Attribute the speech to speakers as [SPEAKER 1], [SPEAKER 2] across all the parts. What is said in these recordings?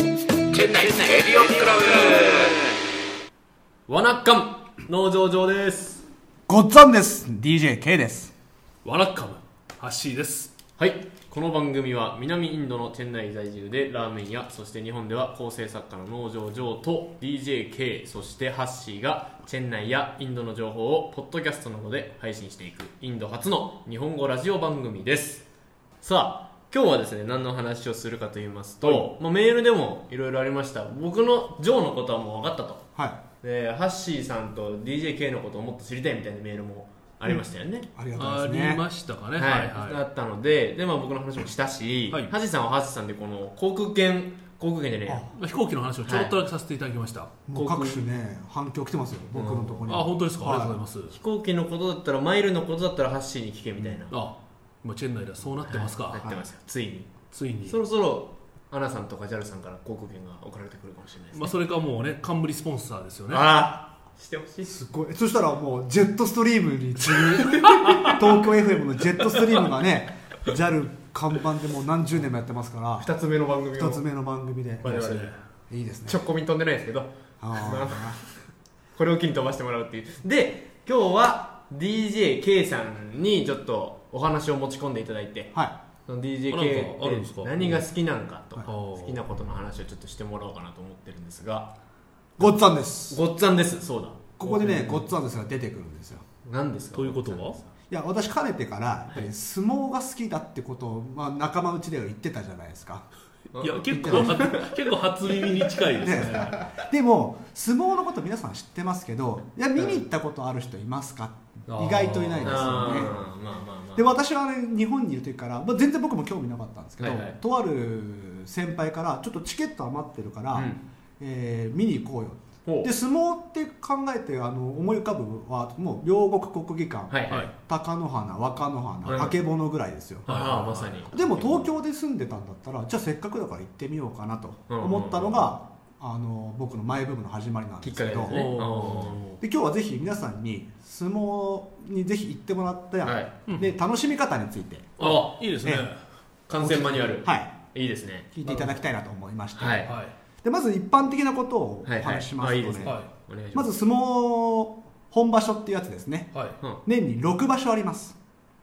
[SPEAKER 1] 店内エリオンクラ
[SPEAKER 2] わなっかむ農場上です
[SPEAKER 3] ごっつぁんです。DJK です。
[SPEAKER 4] わらっかむハッシーです
[SPEAKER 2] はいこの番組は南インドの店内在住でラーメン屋そして日本では構成作家の農場上と DJK そしてハッシーがチェン内やインドの情報をポッドキャストなどで配信していくインド初の日本語ラジオ番組ですさあ今日はですね何の話をするかと言いますと、まあ、メールでもいろいろありました僕のジョーのことはもう分かったと
[SPEAKER 3] はい。
[SPEAKER 2] でハッシーさんと DJK のことをもっと知りたいみたいなメールもありましたよね、
[SPEAKER 3] ありがとうござ
[SPEAKER 4] あ
[SPEAKER 3] います、ね。
[SPEAKER 4] りましたかねは
[SPEAKER 2] はいい
[SPEAKER 4] は
[SPEAKER 2] だったのでで、まあ、僕の話もしたし、
[SPEAKER 4] はい
[SPEAKER 2] ハッシーさんはハッシーさんでこの航空券航空券じゃねえや
[SPEAKER 4] い飛行機の話をちょろっとだけさせていただきました、
[SPEAKER 3] もう各種ね、反響来てますよ、僕のところに。
[SPEAKER 4] あ本当ですか、ありがとうご
[SPEAKER 3] ま
[SPEAKER 4] ざいます
[SPEAKER 2] 飛行機のことだったらマイルのことだったらハッシーに聞けみたいな、
[SPEAKER 4] あ今チェン内ではそうなってますか、
[SPEAKER 2] なってますよ、ついに
[SPEAKER 4] ついに
[SPEAKER 2] そろそろアナさんとか JAL さんから航空券が送られてくるかもしれないです、ね
[SPEAKER 4] まあ、それかもうね冠スポンサーですよね
[SPEAKER 2] ああしてほしいっす
[SPEAKER 3] す。すごい。そしたらもう、ジェットストリームに次 ぐ、東京 FM のジェットストリームがね、JAL 看板でもう何十年もやってますから、
[SPEAKER 2] 2つ目の番組を
[SPEAKER 3] 二つ目の番組で。
[SPEAKER 2] 我々
[SPEAKER 4] そうですね
[SPEAKER 3] いいですね。
[SPEAKER 2] 直行便飛んでないですけど
[SPEAKER 3] あ
[SPEAKER 2] これを機に飛ばしてもらうっていうで今日は DJK さんにちょっとお話を持ち込んでいただいて
[SPEAKER 3] ーは
[SPEAKER 2] その
[SPEAKER 4] あなんかあるん
[SPEAKER 2] DJK
[SPEAKER 4] です
[SPEAKER 2] って
[SPEAKER 4] か
[SPEAKER 2] 何が好きなんかと
[SPEAKER 4] はい
[SPEAKER 2] 好きなことの話をちょっとしてもらおうかなと思ってるんですが
[SPEAKER 3] い。ごっつぁんです。
[SPEAKER 2] ごっつぁんですそうだ
[SPEAKER 3] ここでね、ごっつぁんですが出てくるんですよ。
[SPEAKER 2] 何ですか
[SPEAKER 4] ということは
[SPEAKER 2] ごっつぁんです
[SPEAKER 3] いや私かねてからやっぱり相撲が好きだってことを、まあ、仲間内では言ってたじゃないですか、
[SPEAKER 2] あ
[SPEAKER 4] いや結構 初結構初耳に近いですね
[SPEAKER 3] でも相撲のこと皆さん知ってますけどいや見に行ったことある人いますか
[SPEAKER 4] うん
[SPEAKER 3] 意外といないで
[SPEAKER 2] あ
[SPEAKER 3] すよね
[SPEAKER 2] ーまあまあまあ
[SPEAKER 3] で私は、ね、日本にいる時から、まあ、全然僕も興味なかったんですけど、
[SPEAKER 2] はいはい
[SPEAKER 3] とある先輩からちょっとチケット余ってるから、
[SPEAKER 2] うん
[SPEAKER 3] えー見に行こうよ
[SPEAKER 2] ほう
[SPEAKER 3] で相撲って考えてあの思い浮かぶはもう両国国技館、
[SPEAKER 2] はいは
[SPEAKER 4] はいい
[SPEAKER 3] 貴乃花若乃
[SPEAKER 2] はい
[SPEAKER 3] 花曙ぐらいですよ、
[SPEAKER 2] ああまさに
[SPEAKER 3] でも東京で住んでたんだったらじゃあせっかくだから行ってみようかなと思ったのが、あの僕のマイブームの始まりなん
[SPEAKER 2] き
[SPEAKER 3] で
[SPEAKER 2] っ
[SPEAKER 3] す
[SPEAKER 2] か
[SPEAKER 3] け
[SPEAKER 2] けで
[SPEAKER 3] ど
[SPEAKER 2] すね
[SPEAKER 4] おー
[SPEAKER 3] で今日はぜひ皆さんに相撲にぜひ行ってもらった、
[SPEAKER 2] はい
[SPEAKER 3] で楽しみ方について、
[SPEAKER 4] あいいですね
[SPEAKER 3] ね
[SPEAKER 2] 観戦マニュアル
[SPEAKER 3] はい
[SPEAKER 2] いいですね
[SPEAKER 3] 聞いていただきたいなと思いまして、
[SPEAKER 2] はい
[SPEAKER 4] はい
[SPEAKER 3] でまず一般的なことをお
[SPEAKER 2] はいはい
[SPEAKER 3] 話ししますとね、
[SPEAKER 2] あいいですね
[SPEAKER 4] は
[SPEAKER 2] お願いしま
[SPEAKER 3] ますず相撲本場所っていうやつですね
[SPEAKER 4] いはい
[SPEAKER 2] うん
[SPEAKER 3] 年に6場所あります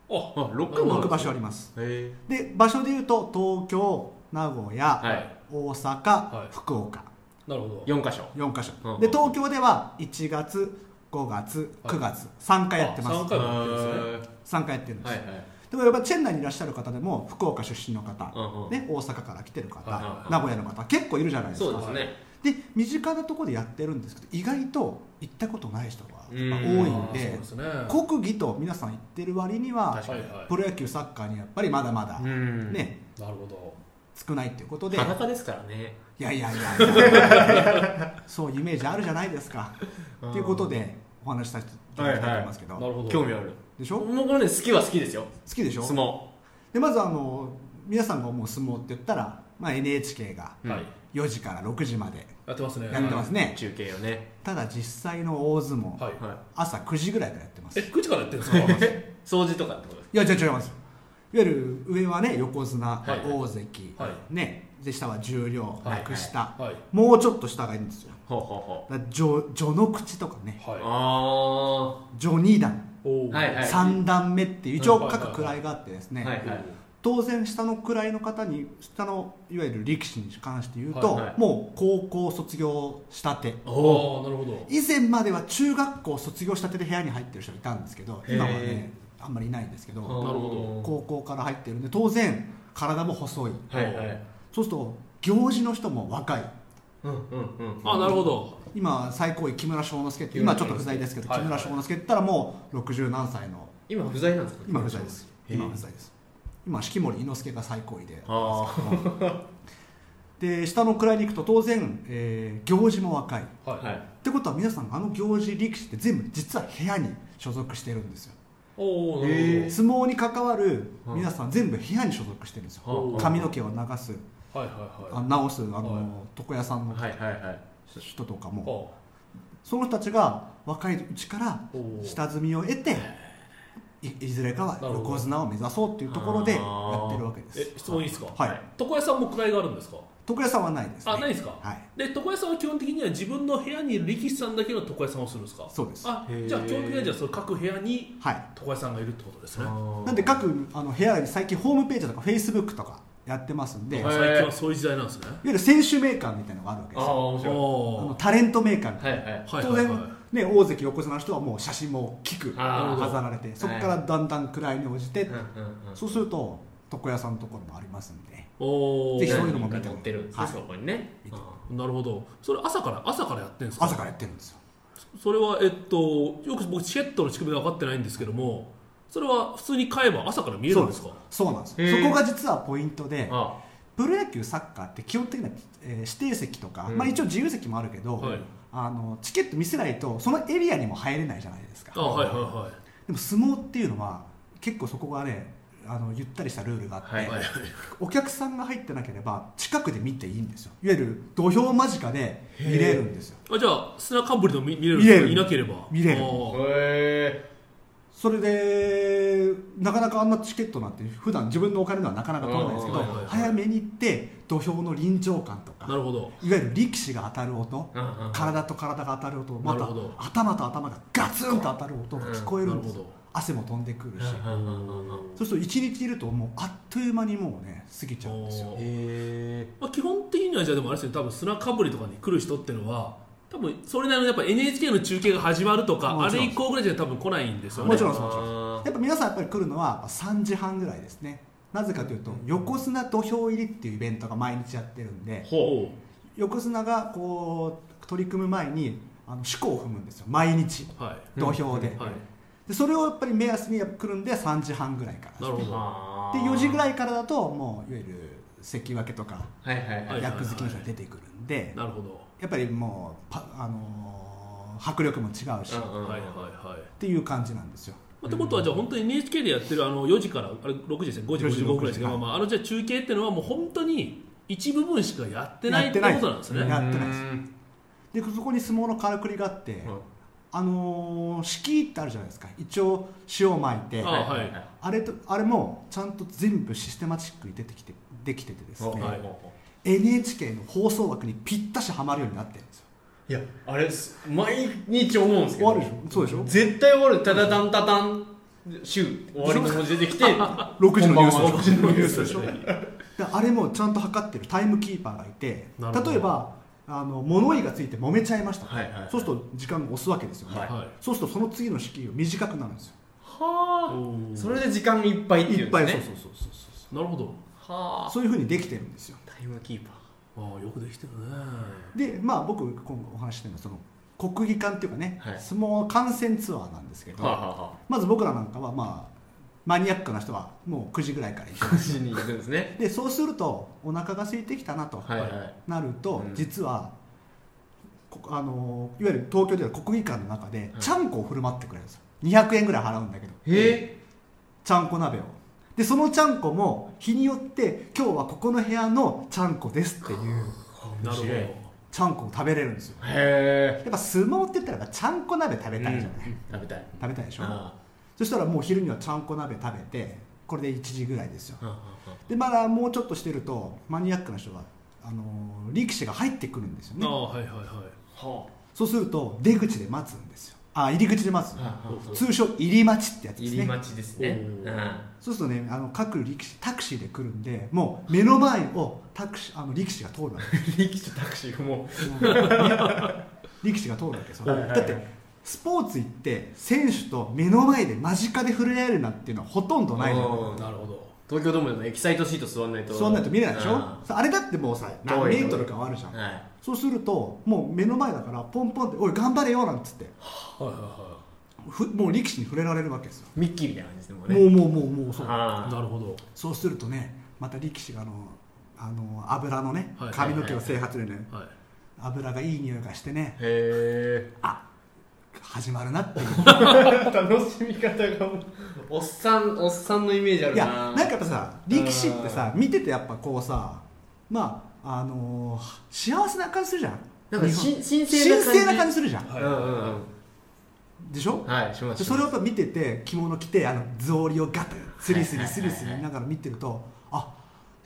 [SPEAKER 4] あ
[SPEAKER 2] あ六
[SPEAKER 4] そうなんですね
[SPEAKER 3] 6場所あります
[SPEAKER 2] へえ
[SPEAKER 3] で場所でいうと東京名古屋、
[SPEAKER 2] はい
[SPEAKER 3] 大阪、
[SPEAKER 4] はい
[SPEAKER 3] 福岡
[SPEAKER 4] なるほど
[SPEAKER 2] 四箇所
[SPEAKER 3] 4
[SPEAKER 2] う
[SPEAKER 3] 箇
[SPEAKER 2] んう
[SPEAKER 3] 所
[SPEAKER 2] ん
[SPEAKER 3] で東京では1月5月
[SPEAKER 4] はい
[SPEAKER 3] 9月3回やってま
[SPEAKER 4] あ三
[SPEAKER 3] す
[SPEAKER 4] 回もやってるんですね
[SPEAKER 3] 3回やってるんで
[SPEAKER 2] はい
[SPEAKER 3] す
[SPEAKER 2] はい
[SPEAKER 3] でもやっぱチェン内にいらっしゃる方でも福岡出身の
[SPEAKER 2] うんう
[SPEAKER 3] 方
[SPEAKER 2] ん
[SPEAKER 3] ね大阪から来てる方
[SPEAKER 4] はいはい
[SPEAKER 2] はい
[SPEAKER 3] 名古屋の方結構いるじゃないです
[SPEAKER 2] そう
[SPEAKER 3] か
[SPEAKER 2] ですね
[SPEAKER 3] で身近なところでやってるんですけど意外と行ったことない人が多
[SPEAKER 2] う
[SPEAKER 3] い
[SPEAKER 2] ん
[SPEAKER 3] ん
[SPEAKER 4] あーそう
[SPEAKER 3] で
[SPEAKER 4] ですね
[SPEAKER 3] 国技と皆さん行ってる割には
[SPEAKER 2] 確か
[SPEAKER 4] はい
[SPEAKER 2] に
[SPEAKER 4] は
[SPEAKER 3] プロ野球サッカーにやっぱりまだまだ
[SPEAKER 2] うん
[SPEAKER 3] ね
[SPEAKER 4] いなるほど
[SPEAKER 3] 少ないっていうことで
[SPEAKER 2] 裸ですからね
[SPEAKER 3] いやいやいやいやそういうイメージあるじゃないですか。
[SPEAKER 2] うん
[SPEAKER 3] ということでお話しさせていただきたいと思いますけど、
[SPEAKER 4] なるほど
[SPEAKER 2] 興味ある
[SPEAKER 3] でしょ好
[SPEAKER 2] 僕もね好きは好きですよ
[SPEAKER 3] きでし
[SPEAKER 2] 相
[SPEAKER 3] ょ
[SPEAKER 2] 撲
[SPEAKER 3] でまずあの皆さんが思う相撲って言ったら、まあ、NHK が
[SPEAKER 2] うん
[SPEAKER 4] はい
[SPEAKER 3] 4時から6時まで
[SPEAKER 4] やってますね
[SPEAKER 3] やってますね、
[SPEAKER 2] 中継をね
[SPEAKER 3] ただ実際の大相撲、
[SPEAKER 4] はい
[SPEAKER 2] は
[SPEAKER 3] 朝9時ぐらいからやってま
[SPEAKER 4] え
[SPEAKER 3] すい
[SPEAKER 4] 9時からやって るんですか
[SPEAKER 2] い掃除とかってことです
[SPEAKER 3] や違う違いますいわゆる上はね横綱、
[SPEAKER 2] い
[SPEAKER 3] 大関、
[SPEAKER 4] は
[SPEAKER 3] ねで下は十両、
[SPEAKER 4] はい
[SPEAKER 3] 幕下、
[SPEAKER 4] はい
[SPEAKER 3] もうちょっと下がいいんですよ
[SPEAKER 2] ほうほうほ
[SPEAKER 3] だから序序の口とかね
[SPEAKER 2] う
[SPEAKER 4] は
[SPEAKER 2] あ
[SPEAKER 3] 序二段
[SPEAKER 4] いおー
[SPEAKER 2] はいはい
[SPEAKER 3] 三段目っていう一応各位があってですね、
[SPEAKER 2] はいはい
[SPEAKER 3] 当然下の位の方に下のいわゆる力士に関して言うと、
[SPEAKER 2] はいはい
[SPEAKER 3] もう高校卒業したて
[SPEAKER 2] あお
[SPEAKER 4] おあーなるほど
[SPEAKER 3] 以前までは中学校卒業したてで部屋に入ってる人がいたんですけど今は
[SPEAKER 2] へ
[SPEAKER 3] ねあんまりいないんですけど
[SPEAKER 2] お
[SPEAKER 4] なるほ
[SPEAKER 3] 高校から入ってるんで当然体も細い
[SPEAKER 2] はいはい
[SPEAKER 3] そうすると行司の人も若い
[SPEAKER 2] うんうんうん
[SPEAKER 4] あなるほど
[SPEAKER 3] 今最高位木村庄之助って
[SPEAKER 2] 木村
[SPEAKER 3] 今ちょっと不在ですけど、
[SPEAKER 4] はい
[SPEAKER 3] 木村庄之助って言ったらもう60何歳の
[SPEAKER 2] 今不在なんですか
[SPEAKER 3] 今不在です
[SPEAKER 2] へえ
[SPEAKER 3] 今不在です今式守伊之助が最高位で
[SPEAKER 2] あ
[SPEAKER 3] で下の位に行くと当然、えー行司も若いっ
[SPEAKER 2] あ
[SPEAKER 4] はい
[SPEAKER 2] はい
[SPEAKER 3] てことは皆さんあの行司力士って全部実は部屋に所属してるんですよ
[SPEAKER 4] おおな
[SPEAKER 2] へ
[SPEAKER 4] る
[SPEAKER 3] 相撲に関わる
[SPEAKER 2] うん
[SPEAKER 3] 皆さん全部部屋に所属してるんですよ、
[SPEAKER 2] はあ
[SPEAKER 3] 髪の毛を流す
[SPEAKER 4] ほどはいはい
[SPEAKER 3] あ
[SPEAKER 4] はい
[SPEAKER 3] 直すあの、
[SPEAKER 4] はい
[SPEAKER 3] 床屋さんの
[SPEAKER 2] はいはいはい
[SPEAKER 3] 人とかも、
[SPEAKER 4] お
[SPEAKER 3] その人たちが若いうちから
[SPEAKER 4] おー
[SPEAKER 3] 下積みを得ていいずれかは横綱を目指そうっていうところでやってるわけで
[SPEAKER 4] え
[SPEAKER 3] す
[SPEAKER 4] 質問いいですか
[SPEAKER 3] はい
[SPEAKER 4] 床屋さんも位があるんですか
[SPEAKER 3] 徳屋さんはないです、ね、
[SPEAKER 4] あないですか
[SPEAKER 3] はい
[SPEAKER 4] で床屋さんは基本的には自分の部屋にいる力士さんだけの床屋さんをするんですか
[SPEAKER 3] そうです
[SPEAKER 4] あ
[SPEAKER 2] へー
[SPEAKER 4] じゃあ基本的にはじゃあその各部屋に
[SPEAKER 3] はい
[SPEAKER 4] 床屋さんがいるってことですね
[SPEAKER 3] なんで各あの部屋に最近ホームページとかフェイスブックとかやってますんで、
[SPEAKER 4] 最
[SPEAKER 3] いわ
[SPEAKER 2] はい
[SPEAKER 4] 近はそういう時代なんですね
[SPEAKER 3] ゆる選手メーカーみたいなのがあるわけ
[SPEAKER 2] あ
[SPEAKER 3] です
[SPEAKER 2] あ
[SPEAKER 3] よ
[SPEAKER 2] 面白い
[SPEAKER 3] あ
[SPEAKER 4] お
[SPEAKER 3] の
[SPEAKER 4] ー
[SPEAKER 3] タレントメーカーみたいな、
[SPEAKER 2] はいはい
[SPEAKER 4] はい
[SPEAKER 3] 当
[SPEAKER 4] はい
[SPEAKER 3] 然、
[SPEAKER 4] は
[SPEAKER 3] ね、大関横綱の人はもう写真も聞く
[SPEAKER 2] あ
[SPEAKER 4] ー
[SPEAKER 3] 飾られてそこからだんだん位に応じて、
[SPEAKER 2] うんうんうん
[SPEAKER 3] そうすると床屋さんのところもありますんで
[SPEAKER 4] いおー
[SPEAKER 3] ぜひそういうのも
[SPEAKER 2] 何
[SPEAKER 3] 見
[SPEAKER 2] 人か
[SPEAKER 3] ても
[SPEAKER 2] 乗ってるんです
[SPEAKER 3] は
[SPEAKER 2] ね
[SPEAKER 3] い
[SPEAKER 2] そこにね
[SPEAKER 3] 見ても
[SPEAKER 4] なるほどそれ朝から朝からやってるんですか
[SPEAKER 3] 朝からやってるんですよ
[SPEAKER 4] それはえっとよく僕チケットの仕組みが分かってないんですけどもそれは普通に買えば朝から見えるんですか
[SPEAKER 3] そうなんです
[SPEAKER 2] へー
[SPEAKER 3] そこが実はポイントで
[SPEAKER 2] あ
[SPEAKER 3] プロ野球サッカーって基本的には、えー指定席とか、
[SPEAKER 2] うん
[SPEAKER 3] まあ、一応自由席もあるけど、
[SPEAKER 4] はい
[SPEAKER 3] あのチケット見せないとそのエリアにも入れないじゃないですか
[SPEAKER 4] あはいはいは
[SPEAKER 3] でも相撲っていうのは結構そこがねあのゆったりしたルールがあって、
[SPEAKER 2] はい
[SPEAKER 4] いはいはい
[SPEAKER 3] お客さんが入ってなければ近くで見ていいんですよいわゆる土俵間近で見れるんですよ
[SPEAKER 4] あじゃあ砂かぶりの見見れる
[SPEAKER 3] 見れる
[SPEAKER 4] いなければ
[SPEAKER 3] 見れる
[SPEAKER 4] あ
[SPEAKER 2] あ
[SPEAKER 4] ー
[SPEAKER 2] へ
[SPEAKER 3] それでなかなかあんなチケットなんて普段自分のお金ではなかなか取れないですけど
[SPEAKER 2] うんうん
[SPEAKER 4] うんうん
[SPEAKER 3] 早めに行って土俵の臨場感とか
[SPEAKER 4] なるほど
[SPEAKER 3] いわゆる力士が当たる音
[SPEAKER 2] えうんうん
[SPEAKER 3] 体と体が当たる音ま
[SPEAKER 4] な
[SPEAKER 3] た
[SPEAKER 4] るほど
[SPEAKER 3] 頭と頭がガツンと当たる音が聞こえるんですよ
[SPEAKER 4] うんなるほど
[SPEAKER 3] 汗も飛んでくるし
[SPEAKER 2] うんうんうんうん
[SPEAKER 3] そうすると一日いるともうあっという間にもうね過ぎちゃうんですよ
[SPEAKER 4] お
[SPEAKER 2] へえ
[SPEAKER 4] まあ、基本的にはじゃあでもあれですね多分砂かぶりとかに来る人っていうのは多分それなりのやっぱ NHK の中継が始まるとか
[SPEAKER 3] も
[SPEAKER 4] あ
[SPEAKER 3] ちろん
[SPEAKER 4] れ以降ぐらいじゃ多分来ないんですよね
[SPEAKER 3] もちろんそう
[SPEAKER 2] あ
[SPEAKER 3] やっぱ皆さんやっぱり来るのは3時半ぐらいですねなぜかというと横綱土俵入りっていうイベントが毎日やってるんで
[SPEAKER 4] ほ
[SPEAKER 3] 横綱がこう取り組む前にあの四股を踏むんですよ毎日
[SPEAKER 4] うは
[SPEAKER 3] 土俵で,、
[SPEAKER 4] い、はい、
[SPEAKER 3] でそれをやっぱり目安にやっぱ来るんで3時半ぐらいからです
[SPEAKER 4] なるほど
[SPEAKER 2] あ
[SPEAKER 3] で4時ぐ
[SPEAKER 2] い
[SPEAKER 3] らいからだともういわゆる関脇とか
[SPEAKER 2] はいはいはい
[SPEAKER 4] い
[SPEAKER 3] 役好きの人が出てくるんで
[SPEAKER 4] なるほど
[SPEAKER 3] やっぱりもうパ、あのー迫力も違うし、っ
[SPEAKER 2] うんうんうん
[SPEAKER 4] はいはいはい
[SPEAKER 3] ていう感じなんですよ
[SPEAKER 4] まあってことはじゃあ本当に NHK でやってるあの4時からあれ6時ですね5時55分ぐらいですけど、
[SPEAKER 3] はい
[SPEAKER 4] まあ、あのじゃあ中継っていうのはもう本当に一部分しかやってない
[SPEAKER 3] や
[SPEAKER 4] っ
[SPEAKER 3] ってて
[SPEAKER 4] こ
[SPEAKER 3] ない
[SPEAKER 4] となんです
[SPEAKER 3] や
[SPEAKER 4] ね
[SPEAKER 3] ってないですでそこに相撲のからくりがあって、あのー敷居ってあるじゃないですか一応塩をまいて
[SPEAKER 4] あ
[SPEAKER 3] あ
[SPEAKER 4] はい
[SPEAKER 3] れとあれもちゃんと全部システマチックに出てきてできててですね、
[SPEAKER 4] はい
[SPEAKER 3] NHK の放送枠にぴったしはまるようになってるんですよ
[SPEAKER 2] いやあれす毎日思うんですけ
[SPEAKER 3] 終
[SPEAKER 2] ど
[SPEAKER 3] わるでしょそうでしょ
[SPEAKER 2] 絶対終わるタタタンタタン週終わりの文字出てき て
[SPEAKER 3] 6時
[SPEAKER 2] こ
[SPEAKER 3] のニュー
[SPEAKER 2] んばんは
[SPEAKER 3] スでしょであれもちゃんと測ってるタイムキーパーがいて
[SPEAKER 4] なるほど
[SPEAKER 3] 例えばあの物言いがついて揉めちゃいました、
[SPEAKER 2] はいはいはい
[SPEAKER 3] そうすると時間を押すわけですよね、
[SPEAKER 2] は
[SPEAKER 4] はい
[SPEAKER 3] そうするとその次の敷居が短くなるんですよ
[SPEAKER 2] は
[SPEAKER 4] おー
[SPEAKER 2] あそれで時間いっぱいってい
[SPEAKER 3] いうっ
[SPEAKER 2] んで
[SPEAKER 3] ぱ
[SPEAKER 2] す
[SPEAKER 3] い
[SPEAKER 2] ね
[SPEAKER 3] そうそうそうそうそう
[SPEAKER 4] なるほど
[SPEAKER 2] はあ
[SPEAKER 3] そういうふうにできてるんですよ
[SPEAKER 2] タイムキーパー
[SPEAKER 4] ああよくできてるね
[SPEAKER 3] でまあ僕今後お話ししてるのはその国技館っていうかね、
[SPEAKER 2] はい
[SPEAKER 3] 相撲観戦ツアーなんですけど、
[SPEAKER 2] はあ はあは
[SPEAKER 3] まず僕らなんかはまあマニアックな人はもう9時ぐらいから行
[SPEAKER 2] あ
[SPEAKER 3] く
[SPEAKER 2] 9時に行くんですね
[SPEAKER 3] でそうするとお腹が空いてきたなと、
[SPEAKER 2] はいはい
[SPEAKER 3] なると、
[SPEAKER 2] うん
[SPEAKER 3] 実はこあのいわゆる東京では国技館の中で
[SPEAKER 2] はい
[SPEAKER 3] ちゃんこを振る舞ってくれるんですよ200円ぐらい払うんだけど
[SPEAKER 2] へ
[SPEAKER 3] ちゃんこ鍋をでそのちゃんこも日によって今日はここの部屋のちゃんこですっていう
[SPEAKER 4] なるほど
[SPEAKER 2] へ
[SPEAKER 3] ちゃんこを食べれるんですよ
[SPEAKER 2] え
[SPEAKER 3] やっぱ相撲って言ったらやっぱちゃんこ鍋食べたいじゃない、
[SPEAKER 2] 食べたい
[SPEAKER 3] 食べたいでしょ
[SPEAKER 2] あ
[SPEAKER 3] そしたらもう昼にはちゃんこ鍋食べてこれで1時ぐらいですよ
[SPEAKER 2] あはあはあ
[SPEAKER 3] でまだもうちょっとしてるとマニアックな人はあのー力士が入ってくるんですよ
[SPEAKER 4] あ
[SPEAKER 3] ね
[SPEAKER 4] あはいはいはい
[SPEAKER 2] は
[SPEAKER 3] そうすると出口で待つんですよあ入り口で待つ
[SPEAKER 2] あはあはあ
[SPEAKER 3] 通称入り待ちってやつで
[SPEAKER 2] 入
[SPEAKER 3] す
[SPEAKER 2] り
[SPEAKER 3] ね
[SPEAKER 2] 待ちですね
[SPEAKER 4] おー
[SPEAKER 2] うん
[SPEAKER 3] そうするとねあの各力士タクシーで来るんでもう目の前をタクシーあの力士が通るわけ
[SPEAKER 2] 力士とタクシーがも
[SPEAKER 3] 力士が通るわけですよ
[SPEAKER 2] はいはいはい
[SPEAKER 3] だってスポーツ行って選手と目の前で間近で触れ合えるなんていうのはほとんどないじゃ
[SPEAKER 2] お
[SPEAKER 3] ん
[SPEAKER 2] ー
[SPEAKER 4] なるほど
[SPEAKER 2] 東京ドームでもエキサイトシート座んないと
[SPEAKER 3] そうなんないと見れないでしょ
[SPEAKER 2] うん
[SPEAKER 3] さあれだってもうさ何
[SPEAKER 2] 遠い
[SPEAKER 3] メートルかはあるじゃん
[SPEAKER 2] はい
[SPEAKER 3] そうするともう目の前だからポンポンって「おい頑張れよ」なんつって
[SPEAKER 4] はいはいは
[SPEAKER 3] ふもう力士に触れられるわけですよ
[SPEAKER 2] ミッキーみたいな感じですねもうね
[SPEAKER 3] もうもうもうもうそう
[SPEAKER 2] あ
[SPEAKER 4] い
[SPEAKER 2] ー
[SPEAKER 4] なるほど
[SPEAKER 3] そうするとねまた力士があのあの油のね
[SPEAKER 4] はい
[SPEAKER 3] 髪の毛を整髪でね
[SPEAKER 4] はい
[SPEAKER 3] 油がいい匂いがしてね
[SPEAKER 2] へ
[SPEAKER 3] あ始まるなっていう
[SPEAKER 2] え楽しみ方がもうおっさんおっさんのイメージある
[SPEAKER 3] い
[SPEAKER 2] な
[SPEAKER 3] やなんかやっぱさ力士ってさ見ててやっぱこうさまああのー幸せな感じするじゃん
[SPEAKER 2] なんか
[SPEAKER 3] 日本
[SPEAKER 2] し神聖な
[SPEAKER 3] 神
[SPEAKER 2] 感じ
[SPEAKER 3] 聖な感じするじゃん
[SPEAKER 4] はい
[SPEAKER 2] うんうんうん
[SPEAKER 3] でしょ
[SPEAKER 2] はいしま
[SPEAKER 3] で
[SPEAKER 2] した
[SPEAKER 3] それをやっぱ見てて着物着てあの草履をガッとスリスリスリス
[SPEAKER 2] はいはいはいはい
[SPEAKER 3] リ見ながら見てるとあ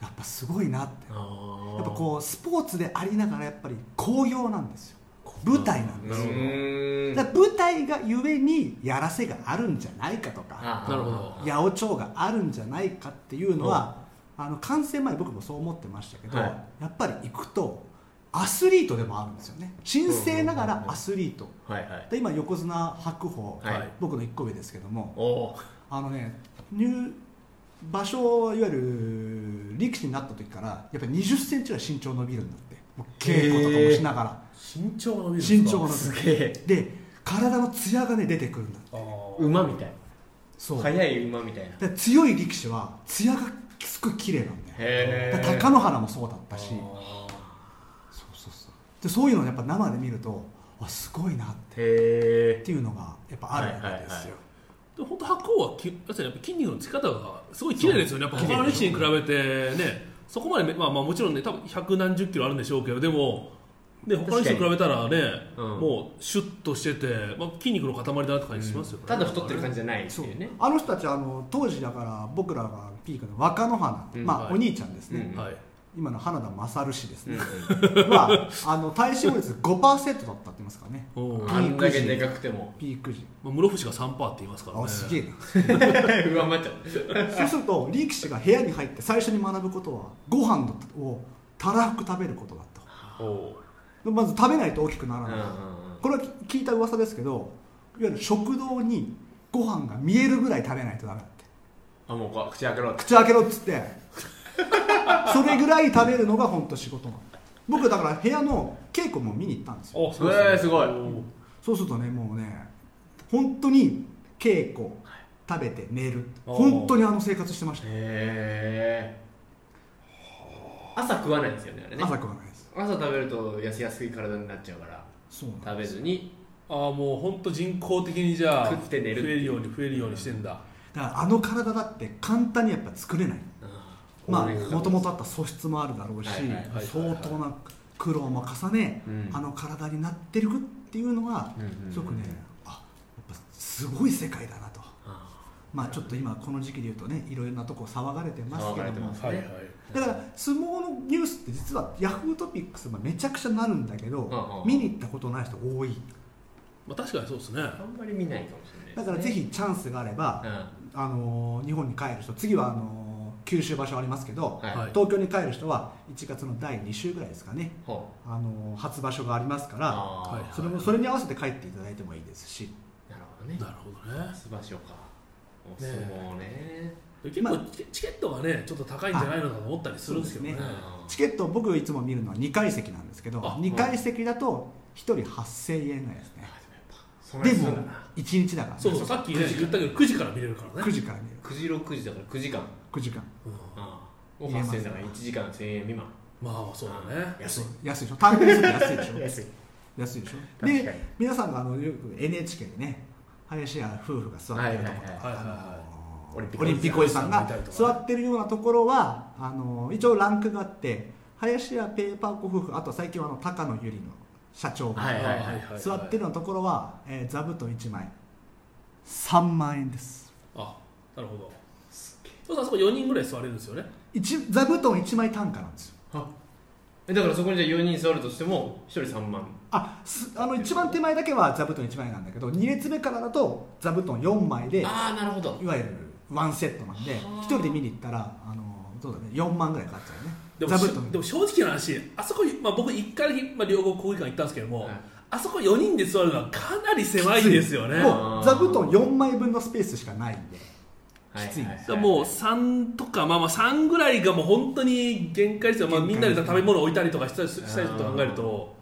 [SPEAKER 3] やっぱすごいなって
[SPEAKER 4] あ
[SPEAKER 3] やっぱこうスポーツでありながらやっぱり興行なんですよ舞台なんで
[SPEAKER 2] な
[SPEAKER 3] す
[SPEAKER 2] る
[SPEAKER 3] よ
[SPEAKER 2] ほど
[SPEAKER 3] だから舞台がゆえにやらせがあるんじゃないかとか
[SPEAKER 2] あ
[SPEAKER 4] なるほど
[SPEAKER 3] 八百長があるんじゃないかっていうのは、あの完成前僕もそう思ってましたけど、
[SPEAKER 2] はい
[SPEAKER 3] やっぱり行くとアスリートでもあるんですよね神聖なが
[SPEAKER 2] うんうん
[SPEAKER 3] ら
[SPEAKER 2] うん
[SPEAKER 3] アスリート
[SPEAKER 2] はいはい
[SPEAKER 3] で今横綱白鵬、
[SPEAKER 2] はい
[SPEAKER 3] 僕の1個上ですけども
[SPEAKER 2] おお
[SPEAKER 3] あのね入場所いわゆる力士になった時からやっぱり2 0センチぐらい身長伸びるんだってもう稽古とかもしながら
[SPEAKER 4] 身長が伸びるんですか
[SPEAKER 3] 身長が伸
[SPEAKER 2] す
[SPEAKER 3] びる
[SPEAKER 2] げえ
[SPEAKER 3] で体の艶がね出てくるんだって
[SPEAKER 4] あー
[SPEAKER 2] 馬みたい
[SPEAKER 3] そう
[SPEAKER 2] 速い馬みたいなへ
[SPEAKER 3] で強い力士は艶がすごい綺麗なんだよだ
[SPEAKER 2] え
[SPEAKER 3] から貴乃花もそうだったし
[SPEAKER 4] あ
[SPEAKER 3] そうそうそうでそういうのをやっぱ生で見るとあすごいなっ
[SPEAKER 2] へえ
[SPEAKER 3] ていうのがやっぱあるんですよ、
[SPEAKER 4] ーで本当白鵬はき要するにやっぱ筋肉のつき方がすごい綺麗ですよねやっぱ他の力士に比べてねそこまでめ、まあ、まあもちろんね多分百何十キロあるんでしょうけどでもね他の人に比べたらね、
[SPEAKER 2] うん
[SPEAKER 4] もうシュッとしてて、まあ、筋肉の塊だなって感じしますよね、
[SPEAKER 2] ただ太ってる感じじゃないって
[SPEAKER 3] そう
[SPEAKER 2] いうね
[SPEAKER 3] あの人たちはあの当時だから僕らがピークの若乃花、
[SPEAKER 2] うん
[SPEAKER 3] まあ、
[SPEAKER 4] はい
[SPEAKER 3] お兄ちゃんですね、
[SPEAKER 2] うん
[SPEAKER 4] はい
[SPEAKER 3] 今の花田勝氏です
[SPEAKER 2] う
[SPEAKER 3] ね
[SPEAKER 2] ん、
[SPEAKER 3] はあの体脂肪率5%だったって言いますからね
[SPEAKER 4] うん
[SPEAKER 2] うん
[SPEAKER 4] ま
[SPEAKER 2] あんだけでかくて も
[SPEAKER 3] ピーク時
[SPEAKER 4] あ、室伏が3%って言いますからね
[SPEAKER 3] あすげえ
[SPEAKER 2] 上回っちゃう
[SPEAKER 3] なそうすると力士が部屋に入って最初に学ぶことはご飯をたらふく食べることだと
[SPEAKER 4] おう
[SPEAKER 3] まず食べないと大きくな
[SPEAKER 2] う
[SPEAKER 3] ら
[SPEAKER 2] んう
[SPEAKER 3] ない、
[SPEAKER 2] んうん
[SPEAKER 3] これは聞いた噂ですけどいわゆる食堂にご飯が見えるぐらい食べないとダメだって
[SPEAKER 2] あもうこう口開けろって
[SPEAKER 3] 口開けろっつってそれぐらい食べるのが本当仕事なの僕だから部屋の稽古も見に行ったんですよ
[SPEAKER 4] お
[SPEAKER 2] そうですねえーすごい
[SPEAKER 3] そうするとねもうね本当に稽古食べて寝る
[SPEAKER 4] あー
[SPEAKER 3] 本当にあの生活してましたよ
[SPEAKER 2] へえ朝食わないんですよねあれね
[SPEAKER 3] 朝食わないです
[SPEAKER 2] 朝食べると痩せやすい体になっちゃうから
[SPEAKER 3] そうなん
[SPEAKER 2] 食べずに
[SPEAKER 4] ああもう本当人工的にじゃあ
[SPEAKER 2] 食って寝る
[SPEAKER 4] 増えるように増えるようにしてんだ、
[SPEAKER 3] だからあの体だって簡単にやっぱ作れないまあもともとあった素質もあるだろうし
[SPEAKER 2] はいはいはい
[SPEAKER 4] はい
[SPEAKER 3] 相当な苦労も重ね
[SPEAKER 2] うん
[SPEAKER 3] あの体になってるっていうのが
[SPEAKER 2] うんうんうん
[SPEAKER 3] すごくねあやっぱすごい世界だなと
[SPEAKER 2] あ
[SPEAKER 3] まあちょっと今この時期で言うとねいろいろなとこ騒がれてますけ
[SPEAKER 2] 騒がれ
[SPEAKER 3] ど
[SPEAKER 2] て
[SPEAKER 3] も
[SPEAKER 2] ます
[SPEAKER 4] はい
[SPEAKER 2] ね
[SPEAKER 4] はい
[SPEAKER 3] だから相撲のニュースって実はヤフートピックスもめちゃくちゃなるんだけ
[SPEAKER 2] ん
[SPEAKER 3] ど、
[SPEAKER 2] うん
[SPEAKER 3] 見に行ったことない人多い
[SPEAKER 4] まあ、確かにそうですね
[SPEAKER 2] あんまり見ないかもしれない
[SPEAKER 3] だからぜひチャンスがあれば、
[SPEAKER 2] うん
[SPEAKER 3] あのー日本に帰る人次はあのー九州場所ありますけど、
[SPEAKER 2] はい
[SPEAKER 4] はい
[SPEAKER 3] 東京に帰る人は1月の第2週ぐらいですかね、
[SPEAKER 2] ほう
[SPEAKER 3] あのー初場所がありますから
[SPEAKER 2] あー
[SPEAKER 4] はい
[SPEAKER 3] それもそれに合わせて帰っていただいてもいいですし
[SPEAKER 2] なるほどね
[SPEAKER 4] なるほどね
[SPEAKER 2] すばしょかお相撲ね
[SPEAKER 4] 結構チケチケットがねちょっと高いんじゃないのかと思ったりするんですけどね
[SPEAKER 3] そうです
[SPEAKER 2] うん
[SPEAKER 3] チケットを僕いつも見るのは2階席なんですけど
[SPEAKER 4] あ
[SPEAKER 3] 2階席だと1人8000円ぐらいですね
[SPEAKER 2] そんな
[SPEAKER 3] で
[SPEAKER 2] にする
[SPEAKER 3] も
[SPEAKER 2] んだな
[SPEAKER 3] 1日だからね、
[SPEAKER 4] そうそうさっきね言ったけど9時から見れるから
[SPEAKER 3] 9
[SPEAKER 4] ね
[SPEAKER 3] 時から見る
[SPEAKER 2] 9時6時だから9時間
[SPEAKER 3] 9時間
[SPEAKER 2] うんを8000円だから1時間1000円未満
[SPEAKER 4] まあまあそうだね
[SPEAKER 2] 安い
[SPEAKER 3] 安いでしょ単品すると安いでし ょ
[SPEAKER 2] 安い
[SPEAKER 3] 安いでしょ
[SPEAKER 2] 確か
[SPEAKER 3] で
[SPEAKER 2] に
[SPEAKER 3] 皆さんがあのよく NHK でね林家夫婦が座ってるとこ
[SPEAKER 2] はい
[SPEAKER 3] ろ
[SPEAKER 2] はい
[SPEAKER 3] と
[SPEAKER 4] はいはい
[SPEAKER 3] かあの
[SPEAKER 2] オリンピック
[SPEAKER 3] オリンピックおじさん
[SPEAKER 4] おじ
[SPEAKER 3] が
[SPEAKER 4] さんがいたりとか
[SPEAKER 3] 座ってるようなところはあの一応ランクがあって林家ペーパー子夫婦あと最近はあの高野由里の社長
[SPEAKER 2] はい
[SPEAKER 3] が
[SPEAKER 2] はい
[SPEAKER 3] 座ってるようなところはえー座布団1枚3万円です
[SPEAKER 4] あなるほどそうそうあそこ4人ぐらい座れるんですよね
[SPEAKER 3] 一座布団1枚単価なんですよ
[SPEAKER 2] あえだからそこにじゃあ4人座るとしても1人3万
[SPEAKER 3] あすあの一番手前だけは座布団1枚なんだけど2列目からだと座布団4枚で
[SPEAKER 2] ああなるほど
[SPEAKER 3] いわゆるワンセットなんで
[SPEAKER 2] はあ
[SPEAKER 3] 一人で見に行ったらあのどうだね4万ぐらいかかっちゃうね
[SPEAKER 4] でも
[SPEAKER 3] 座布
[SPEAKER 4] し
[SPEAKER 3] 団
[SPEAKER 4] でも正直な話あそこ、まあ、僕1回だけ、まあ、両国国技館行ったんですけども、
[SPEAKER 2] はい
[SPEAKER 4] あそこ4人で座るのはかなり狭いですよねだか
[SPEAKER 3] もう座布団4枚分のスペースしかないんできついんです
[SPEAKER 4] らもう3とか、まあ、まあ3ぐらいがもう本当に限界ですよ、まあ、みんなで食べ物置いたりとかしたりしたりと考えると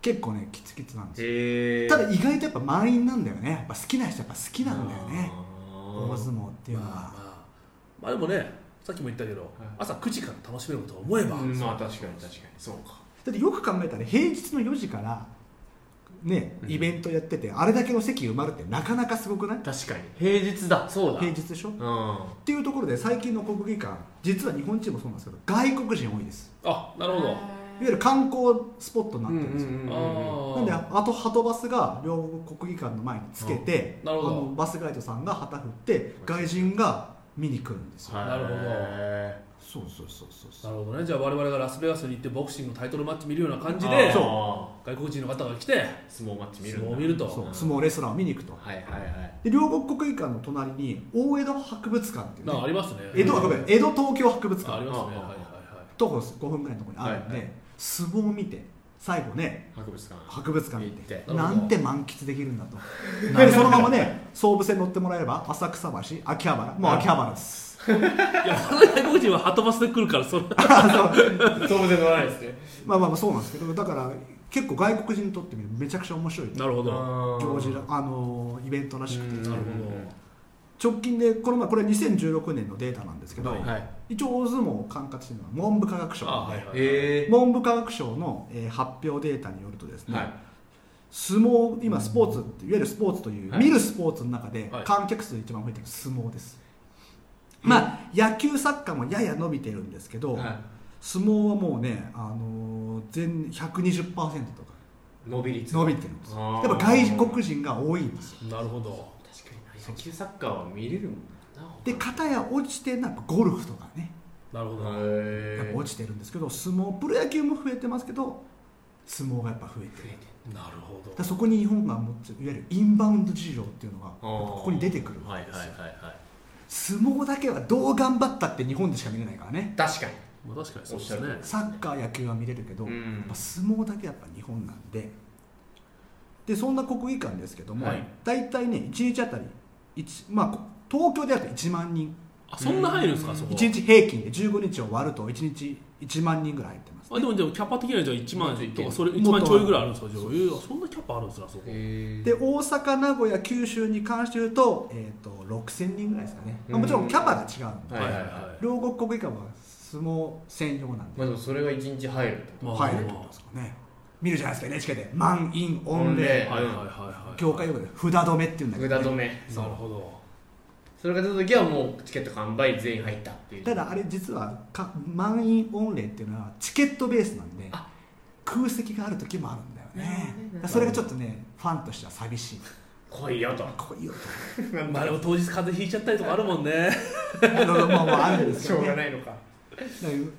[SPEAKER 3] 結構ねキツキツなんですよ
[SPEAKER 2] へえ
[SPEAKER 3] ただ意外とやっぱ満員なんだよねやっぱ好きな人やっぱ好きなんだよね大相
[SPEAKER 2] あ
[SPEAKER 3] 撲っていうのは
[SPEAKER 4] まあ、まあでもねさっきも言ったけど、朝9時から楽しめることを思えば、
[SPEAKER 2] ーうんまあ確かに確かにそうか
[SPEAKER 3] だってよく考えたら平日の4時からね
[SPEAKER 2] うん
[SPEAKER 3] イベントやっててあれだけの席埋まるってなかなかすごくない
[SPEAKER 2] 確かに平日だそうだ
[SPEAKER 3] 平日でしょっ
[SPEAKER 2] うん
[SPEAKER 3] ていうところで最近の国技館実は日本人もそうなんですけど外国人多いです
[SPEAKER 4] あなるほど
[SPEAKER 2] へ
[SPEAKER 3] わゆる観光スポットになってるんですよ、
[SPEAKER 4] あ
[SPEAKER 3] なんであとはとバスが両国国技館の前につけて、
[SPEAKER 4] うんなるほど
[SPEAKER 3] あのバスガイドさんが旗振って外人が見に来るんですよ、
[SPEAKER 4] なるほど
[SPEAKER 3] そうそうそうそうそ
[SPEAKER 4] な
[SPEAKER 3] う
[SPEAKER 4] るほどねじゃあ我々がラスベガスに行ってボクシングのタイトルマッチ見るような感じ
[SPEAKER 2] で
[SPEAKER 4] で
[SPEAKER 2] そ
[SPEAKER 4] 外国人の方が来て
[SPEAKER 2] う相撲マッチ見
[SPEAKER 4] 相
[SPEAKER 2] るん
[SPEAKER 4] 撲
[SPEAKER 2] だ
[SPEAKER 4] を見ると
[SPEAKER 3] そう相撲レストランを見に行くと
[SPEAKER 2] はいはいはい
[SPEAKER 3] で両国国技館の隣に大江戸博物館っていう、
[SPEAKER 4] なんかあ
[SPEAKER 3] ね、
[SPEAKER 4] りますね
[SPEAKER 3] 江戸あごめん江戸東京博物
[SPEAKER 4] ああ
[SPEAKER 3] 館
[SPEAKER 4] りますね
[SPEAKER 2] あ
[SPEAKER 4] はいはいはい
[SPEAKER 3] 徒歩5分ぐらいのところにあるんで、
[SPEAKER 2] はいは
[SPEAKER 3] 相撲を見て最後ね
[SPEAKER 2] 博物館
[SPEAKER 3] 博物館見て
[SPEAKER 2] 行って
[SPEAKER 4] なるほ
[SPEAKER 3] な
[SPEAKER 4] ど
[SPEAKER 3] んて満喫できるんだとでそのままね総武線乗ってもらえれば浅草橋秋葉原もう秋葉原です
[SPEAKER 4] いや、その外国人はハトバスで来るから、それ。
[SPEAKER 3] あそ う
[SPEAKER 2] そうも乗らないですね
[SPEAKER 3] まあまあまあそうなんですけどだから結構外国人にとってみるとめちゃくちゃ面白い
[SPEAKER 4] なるほど。
[SPEAKER 3] 行事らあのーイベントらしくて
[SPEAKER 2] なる
[SPEAKER 3] 直近でこの前これ2016年のデータなんですけど、
[SPEAKER 4] はい
[SPEAKER 2] ほどはい
[SPEAKER 3] 一応大相撲を管轄しているのは文部科学省
[SPEAKER 4] あ
[SPEAKER 3] なんで
[SPEAKER 4] はいはい。
[SPEAKER 2] えー
[SPEAKER 3] 文部科学省の、えー発表データによるとですね、
[SPEAKER 2] はい
[SPEAKER 3] 相撲今スポーツっていわゆるスポーツという、
[SPEAKER 2] はい
[SPEAKER 3] 見るスポーツの中で
[SPEAKER 4] はい
[SPEAKER 3] 観客数一番増えてる相撲です、まあ野球サッカーもやや伸びてるんですけど、
[SPEAKER 2] は
[SPEAKER 3] 相撲はもうね、あのー全120%とか
[SPEAKER 2] い伸び率
[SPEAKER 3] 伸びてるんですよ
[SPEAKER 2] あ
[SPEAKER 3] やっ
[SPEAKER 2] ー
[SPEAKER 3] ぱ外国人が多いんですよ
[SPEAKER 4] なるほど。
[SPEAKER 2] 確かにな野球サッカーは見れるもんな
[SPEAKER 3] で片や落ちてるのはやっぱゴルフとかね
[SPEAKER 4] なるほど。
[SPEAKER 3] やっ
[SPEAKER 2] へ
[SPEAKER 3] ぱ落ちてるんですけど相撲プロ野球も増えてますけど相撲がやっぱ増えてる
[SPEAKER 4] なるほ
[SPEAKER 3] だから
[SPEAKER 4] ど。
[SPEAKER 3] そこに日本が持ついわゆるインバウンド事情っていうのがやっぱここに出てくるわ
[SPEAKER 2] はい
[SPEAKER 3] け
[SPEAKER 2] は
[SPEAKER 3] で
[SPEAKER 2] い
[SPEAKER 3] す
[SPEAKER 2] は
[SPEAKER 3] よ
[SPEAKER 2] いはい
[SPEAKER 3] 相撲だけはどう頑張ったって日本でしか見れないからね
[SPEAKER 2] 確かに
[SPEAKER 4] まあ、確かにそうです
[SPEAKER 2] おっしゃ
[SPEAKER 4] ね
[SPEAKER 2] る。
[SPEAKER 3] サッカー野球は見れるけど、
[SPEAKER 2] う
[SPEAKER 3] や
[SPEAKER 2] ん
[SPEAKER 3] っぱ相撲だけやっぱ日本なんででそんな国技館ですけども、
[SPEAKER 2] はい
[SPEAKER 3] 大体ね1日あたり一まあ、こ東京であと1万人
[SPEAKER 4] あ、そんな入るんですか、そこ。
[SPEAKER 3] 1日平均で15日を割ると1日1万人ぐらい入ってます
[SPEAKER 4] あでも、でもキャパ的にはじゃあ1
[SPEAKER 2] もっとい
[SPEAKER 4] 万と
[SPEAKER 2] ける
[SPEAKER 4] か、それ1万ちょいぐらいあるんですか、じゃあ。えーそんなキャパあるんですか、そこ。
[SPEAKER 2] へ
[SPEAKER 3] で大阪名古屋九州に関して言うと,、えー、と6000人ぐらいですかね、まあ、もちろんキャパが違うんで、
[SPEAKER 2] はいはいはい
[SPEAKER 3] 両国国技館は相撲専用なんで
[SPEAKER 2] まあでもそれが一日入るってこ
[SPEAKER 4] まあ
[SPEAKER 3] 入るってことですかね見るじゃないですか NHK で満員
[SPEAKER 2] と
[SPEAKER 3] 御
[SPEAKER 2] はい
[SPEAKER 4] はい
[SPEAKER 2] は
[SPEAKER 3] 礼
[SPEAKER 4] いはいはい
[SPEAKER 2] は
[SPEAKER 4] はい。
[SPEAKER 3] 業界用語で札止めっていうんだ
[SPEAKER 2] い
[SPEAKER 3] けど、
[SPEAKER 2] 札
[SPEAKER 3] ね、
[SPEAKER 2] 止め
[SPEAKER 4] なるほど。
[SPEAKER 2] それが出た時はもうチケット完売全員入ったっていう
[SPEAKER 3] ただあれ実はか満員御礼っていうのはチケットベースなんで
[SPEAKER 2] あ
[SPEAKER 3] 空席がある時もあるんだよ
[SPEAKER 2] なるほ
[SPEAKER 3] ね
[SPEAKER 2] どね
[SPEAKER 3] だからそれがちょっとねファンとしては寂しい
[SPEAKER 2] 来いよと
[SPEAKER 3] こういう
[SPEAKER 4] まあでも当日風邪ひいちゃったりとかあるもんね。
[SPEAKER 3] まあまああるんです
[SPEAKER 2] し
[SPEAKER 3] け
[SPEAKER 2] ょ
[SPEAKER 3] ど、
[SPEAKER 2] う
[SPEAKER 3] ね、
[SPEAKER 2] が
[SPEAKER 3] だか
[SPEAKER 2] ないのから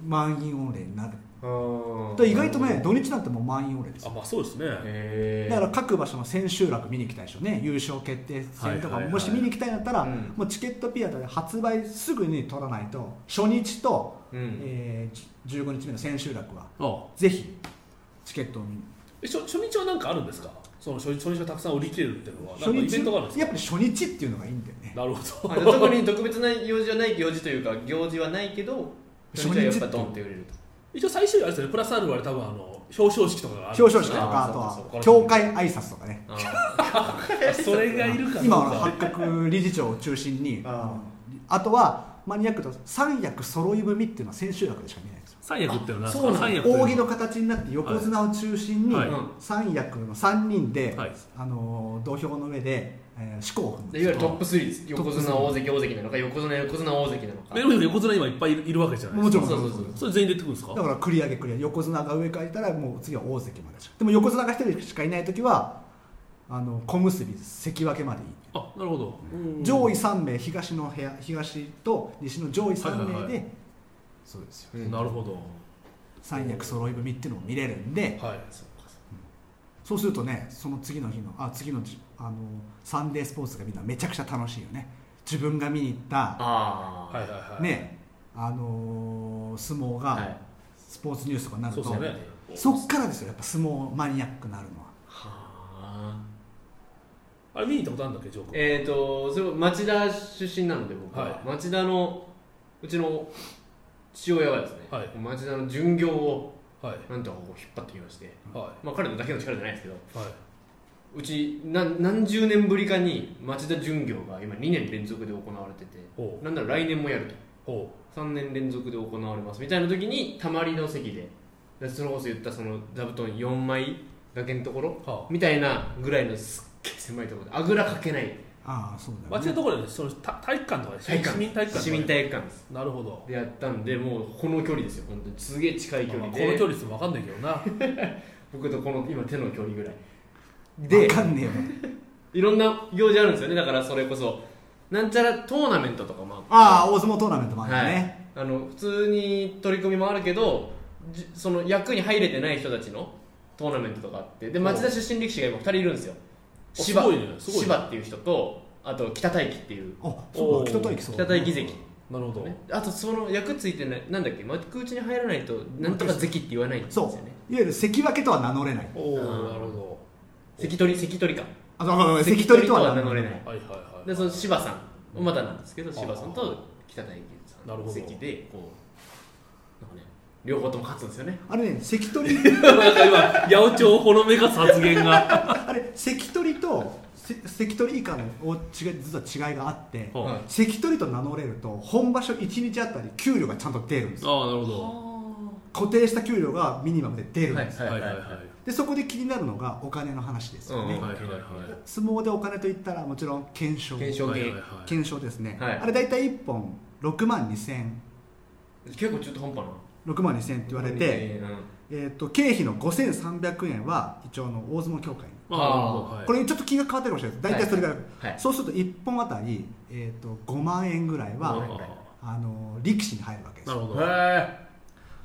[SPEAKER 3] 満員御礼になるだから
[SPEAKER 2] 意
[SPEAKER 3] 意外とね土日なんてもう満員御礼です
[SPEAKER 4] あ、
[SPEAKER 3] よ
[SPEAKER 4] まあそうですね。
[SPEAKER 2] へ
[SPEAKER 3] だから各場所の千秋楽見に行きたいでしょうね優勝決定戦とか
[SPEAKER 4] はいはいは
[SPEAKER 3] も
[SPEAKER 4] い
[SPEAKER 3] もし見に行きたいんだったら、
[SPEAKER 2] うん
[SPEAKER 3] もうチケットピアタで発売すぐに取らないと初日と、
[SPEAKER 2] うん
[SPEAKER 3] えーじゅ15日目の千秋楽は
[SPEAKER 4] あ
[SPEAKER 3] ぜひチケットを見に
[SPEAKER 4] え初初日は何かあるんですかその初日初日はたくさん売り切れるっていうのは、なんかイベントがあるんです
[SPEAKER 3] やっぱり初日っていうのがいいんだよね
[SPEAKER 4] かなるほ
[SPEAKER 2] あ
[SPEAKER 4] ど。
[SPEAKER 2] じゃあ特に特別な用事はない行事というか行事はないけど
[SPEAKER 3] 初
[SPEAKER 2] 初
[SPEAKER 3] 日
[SPEAKER 2] 日はやっぱドンって売れると
[SPEAKER 4] 一応最終あれですよねプラスアルファで多分あの表彰式とかがある
[SPEAKER 3] 表彰式と
[SPEAKER 2] あ
[SPEAKER 3] か
[SPEAKER 2] ー
[SPEAKER 3] あと
[SPEAKER 2] そう
[SPEAKER 3] は
[SPEAKER 2] かそうか
[SPEAKER 3] 協会挨拶とかね
[SPEAKER 2] あ
[SPEAKER 4] あそれがいるか
[SPEAKER 3] 今
[SPEAKER 4] どう
[SPEAKER 3] は
[SPEAKER 4] か
[SPEAKER 3] 八角理事長を中心に
[SPEAKER 2] あ
[SPEAKER 3] あ
[SPEAKER 2] ー
[SPEAKER 3] のあとはマニアックと三役揃い踏みっていうのは千秋楽でしか見えないんですよ
[SPEAKER 4] 三役っていうのは
[SPEAKER 2] あそうなんだ
[SPEAKER 4] 三役という
[SPEAKER 3] 扇の形になって横綱を中心に
[SPEAKER 4] はい
[SPEAKER 2] はい
[SPEAKER 3] 三役の3人で、
[SPEAKER 4] はい
[SPEAKER 3] あのー土俵の上で、えー、四股を踏むん
[SPEAKER 2] ーで
[SPEAKER 3] で
[SPEAKER 2] い
[SPEAKER 3] す
[SPEAKER 2] わゆる
[SPEAKER 3] よ
[SPEAKER 2] トップ3です横綱大関大関なのか横綱横綱大関なのか
[SPEAKER 4] でも横綱今いっぱいいるいるわけじゃないですか
[SPEAKER 3] もちろん
[SPEAKER 2] そうそうそう
[SPEAKER 4] それ全員出てくるんですか
[SPEAKER 3] だから繰り上げ繰り上げ横綱が上からいたらもう次は大関までしかでも横綱が1人しかいない時はあの小結関脇までいい
[SPEAKER 4] あなるほどうん
[SPEAKER 3] 上位3名東の部屋東と西の上位3名で、
[SPEAKER 4] はいはいは
[SPEAKER 3] そうですよ
[SPEAKER 2] うん
[SPEAKER 4] なるほど
[SPEAKER 3] 三役揃い踏みっていうのも見れるんで
[SPEAKER 4] はい
[SPEAKER 2] そうかそう
[SPEAKER 3] そうするとねその次の日のあ次のじあのサンデースポーツがみんなめちゃくちゃ楽しいよね自分が見に行った
[SPEAKER 2] ああ
[SPEAKER 4] はいはいはい
[SPEAKER 3] ねあのー相撲がスポーツニュースとかになる
[SPEAKER 4] そ
[SPEAKER 3] と、
[SPEAKER 4] うですよね
[SPEAKER 3] そっからですよやっぱ相撲マニアックになるのは
[SPEAKER 2] はあ
[SPEAKER 4] あれ見に行ったことあるんだっけジョーク
[SPEAKER 2] えっ、ー、とそれも町田出身なので僕は、
[SPEAKER 4] は
[SPEAKER 2] 町田のうちの父親がですね、
[SPEAKER 4] はい
[SPEAKER 2] 町田の巡業を
[SPEAKER 4] はい
[SPEAKER 2] なんとかこう引っ張ってきまして、
[SPEAKER 4] は
[SPEAKER 2] まあ、彼のだけの力じゃないですけど
[SPEAKER 4] いはいう
[SPEAKER 2] ち何何十年ぶりかに町田巡業が今2年連続で行われてて
[SPEAKER 4] ほ
[SPEAKER 2] なんなら来年もやる
[SPEAKER 4] うほ
[SPEAKER 2] と3年連続で行われますみたいな時にたまりの席ででそれこそ言ったその座布団4枚だけのところ
[SPEAKER 4] うは
[SPEAKER 2] みたいなぐらいのすっげえ狭いところであぐらかけない
[SPEAKER 3] ああそうだよ、ね、
[SPEAKER 4] 街のところでそのた体育館とかで
[SPEAKER 2] 体育館
[SPEAKER 4] 市民体育館
[SPEAKER 2] 市
[SPEAKER 4] とか
[SPEAKER 2] 民
[SPEAKER 4] で
[SPEAKER 2] 体育館です
[SPEAKER 4] なるほど、
[SPEAKER 2] でやったんでもうこの距離ですよ本当にすげえ近い距
[SPEAKER 4] まあ
[SPEAKER 2] 離
[SPEAKER 4] こ
[SPEAKER 2] で、
[SPEAKER 4] の距離ってわかんないけどな
[SPEAKER 2] 僕とこの今手の距離ぐらい
[SPEAKER 3] で
[SPEAKER 2] で
[SPEAKER 3] わかんねえわ
[SPEAKER 2] いろんな行事あるんですよねだからそれこそなんちゃらトーナメントとかも
[SPEAKER 3] あ
[SPEAKER 2] っ
[SPEAKER 3] あ大相撲トーナメントもあ
[SPEAKER 2] は
[SPEAKER 3] る
[SPEAKER 2] い、
[SPEAKER 3] んだね、
[SPEAKER 2] あの普通に取り組みもあるけどじその役に入れてない人たちのトーナメントとかあってで町田出身力士が今2人いるんですよ
[SPEAKER 4] お
[SPEAKER 2] 芝
[SPEAKER 4] すごいねすごいね
[SPEAKER 2] 芝っていう人とあと北大輝っていう
[SPEAKER 3] あそうだ
[SPEAKER 4] おー
[SPEAKER 3] 北大輝そう
[SPEAKER 2] 北大輝関
[SPEAKER 4] なるほど
[SPEAKER 2] あとその役ついてないなんだっけ幕内に入らないとなんとか関って言わないんですよ
[SPEAKER 3] そう
[SPEAKER 2] ね
[SPEAKER 3] いわゆる関脇とは名乗れない
[SPEAKER 4] おお
[SPEAKER 2] うん
[SPEAKER 4] なるほ
[SPEAKER 2] 関取関取か
[SPEAKER 3] あそうごめんごめん関取とは名乗れない
[SPEAKER 4] どはいはいはい
[SPEAKER 2] でその柴さんまだなんですけど柴さん
[SPEAKER 4] あー
[SPEAKER 2] と北大輝さん
[SPEAKER 4] なるほど
[SPEAKER 2] 関でこうなんかね両方とも勝つんですよね
[SPEAKER 3] あれね関 取
[SPEAKER 4] なんか今八百長をほのめかす発言が
[SPEAKER 3] あれ関取とせ関取以下のお違い実は違いがあって
[SPEAKER 4] ほう
[SPEAKER 2] はい
[SPEAKER 3] 関取と名乗れると本場所1日あたり給料がちゃんと出るんですよ
[SPEAKER 4] ああなるほど
[SPEAKER 3] 固定した給料がミニマムで出るんです、
[SPEAKER 4] はいはいはい
[SPEAKER 3] でそこで気になるのがお金の話ですよね、
[SPEAKER 2] うん
[SPEAKER 4] はいはいはい
[SPEAKER 3] 相撲でお金といったらもちろん懸賞
[SPEAKER 2] 懸賞
[SPEAKER 4] はい
[SPEAKER 2] 芸
[SPEAKER 4] はいはい
[SPEAKER 3] 懸賞ですね、
[SPEAKER 2] はい
[SPEAKER 3] あれ大体1本6万2000円
[SPEAKER 2] 結構中途半端な
[SPEAKER 3] 6万2000円って言われて、えー、と経費の5300円は一応あの大相撲協会に、
[SPEAKER 4] まあなるほどはい
[SPEAKER 3] これちょっと金額変わってるかもしれないです大体それが、
[SPEAKER 2] はい
[SPEAKER 3] そうすると1本あたり、えー、と5万円ぐらいは、
[SPEAKER 2] は
[SPEAKER 3] あの力士に入るわけです
[SPEAKER 4] な
[SPEAKER 3] よ
[SPEAKER 4] るほど
[SPEAKER 2] へ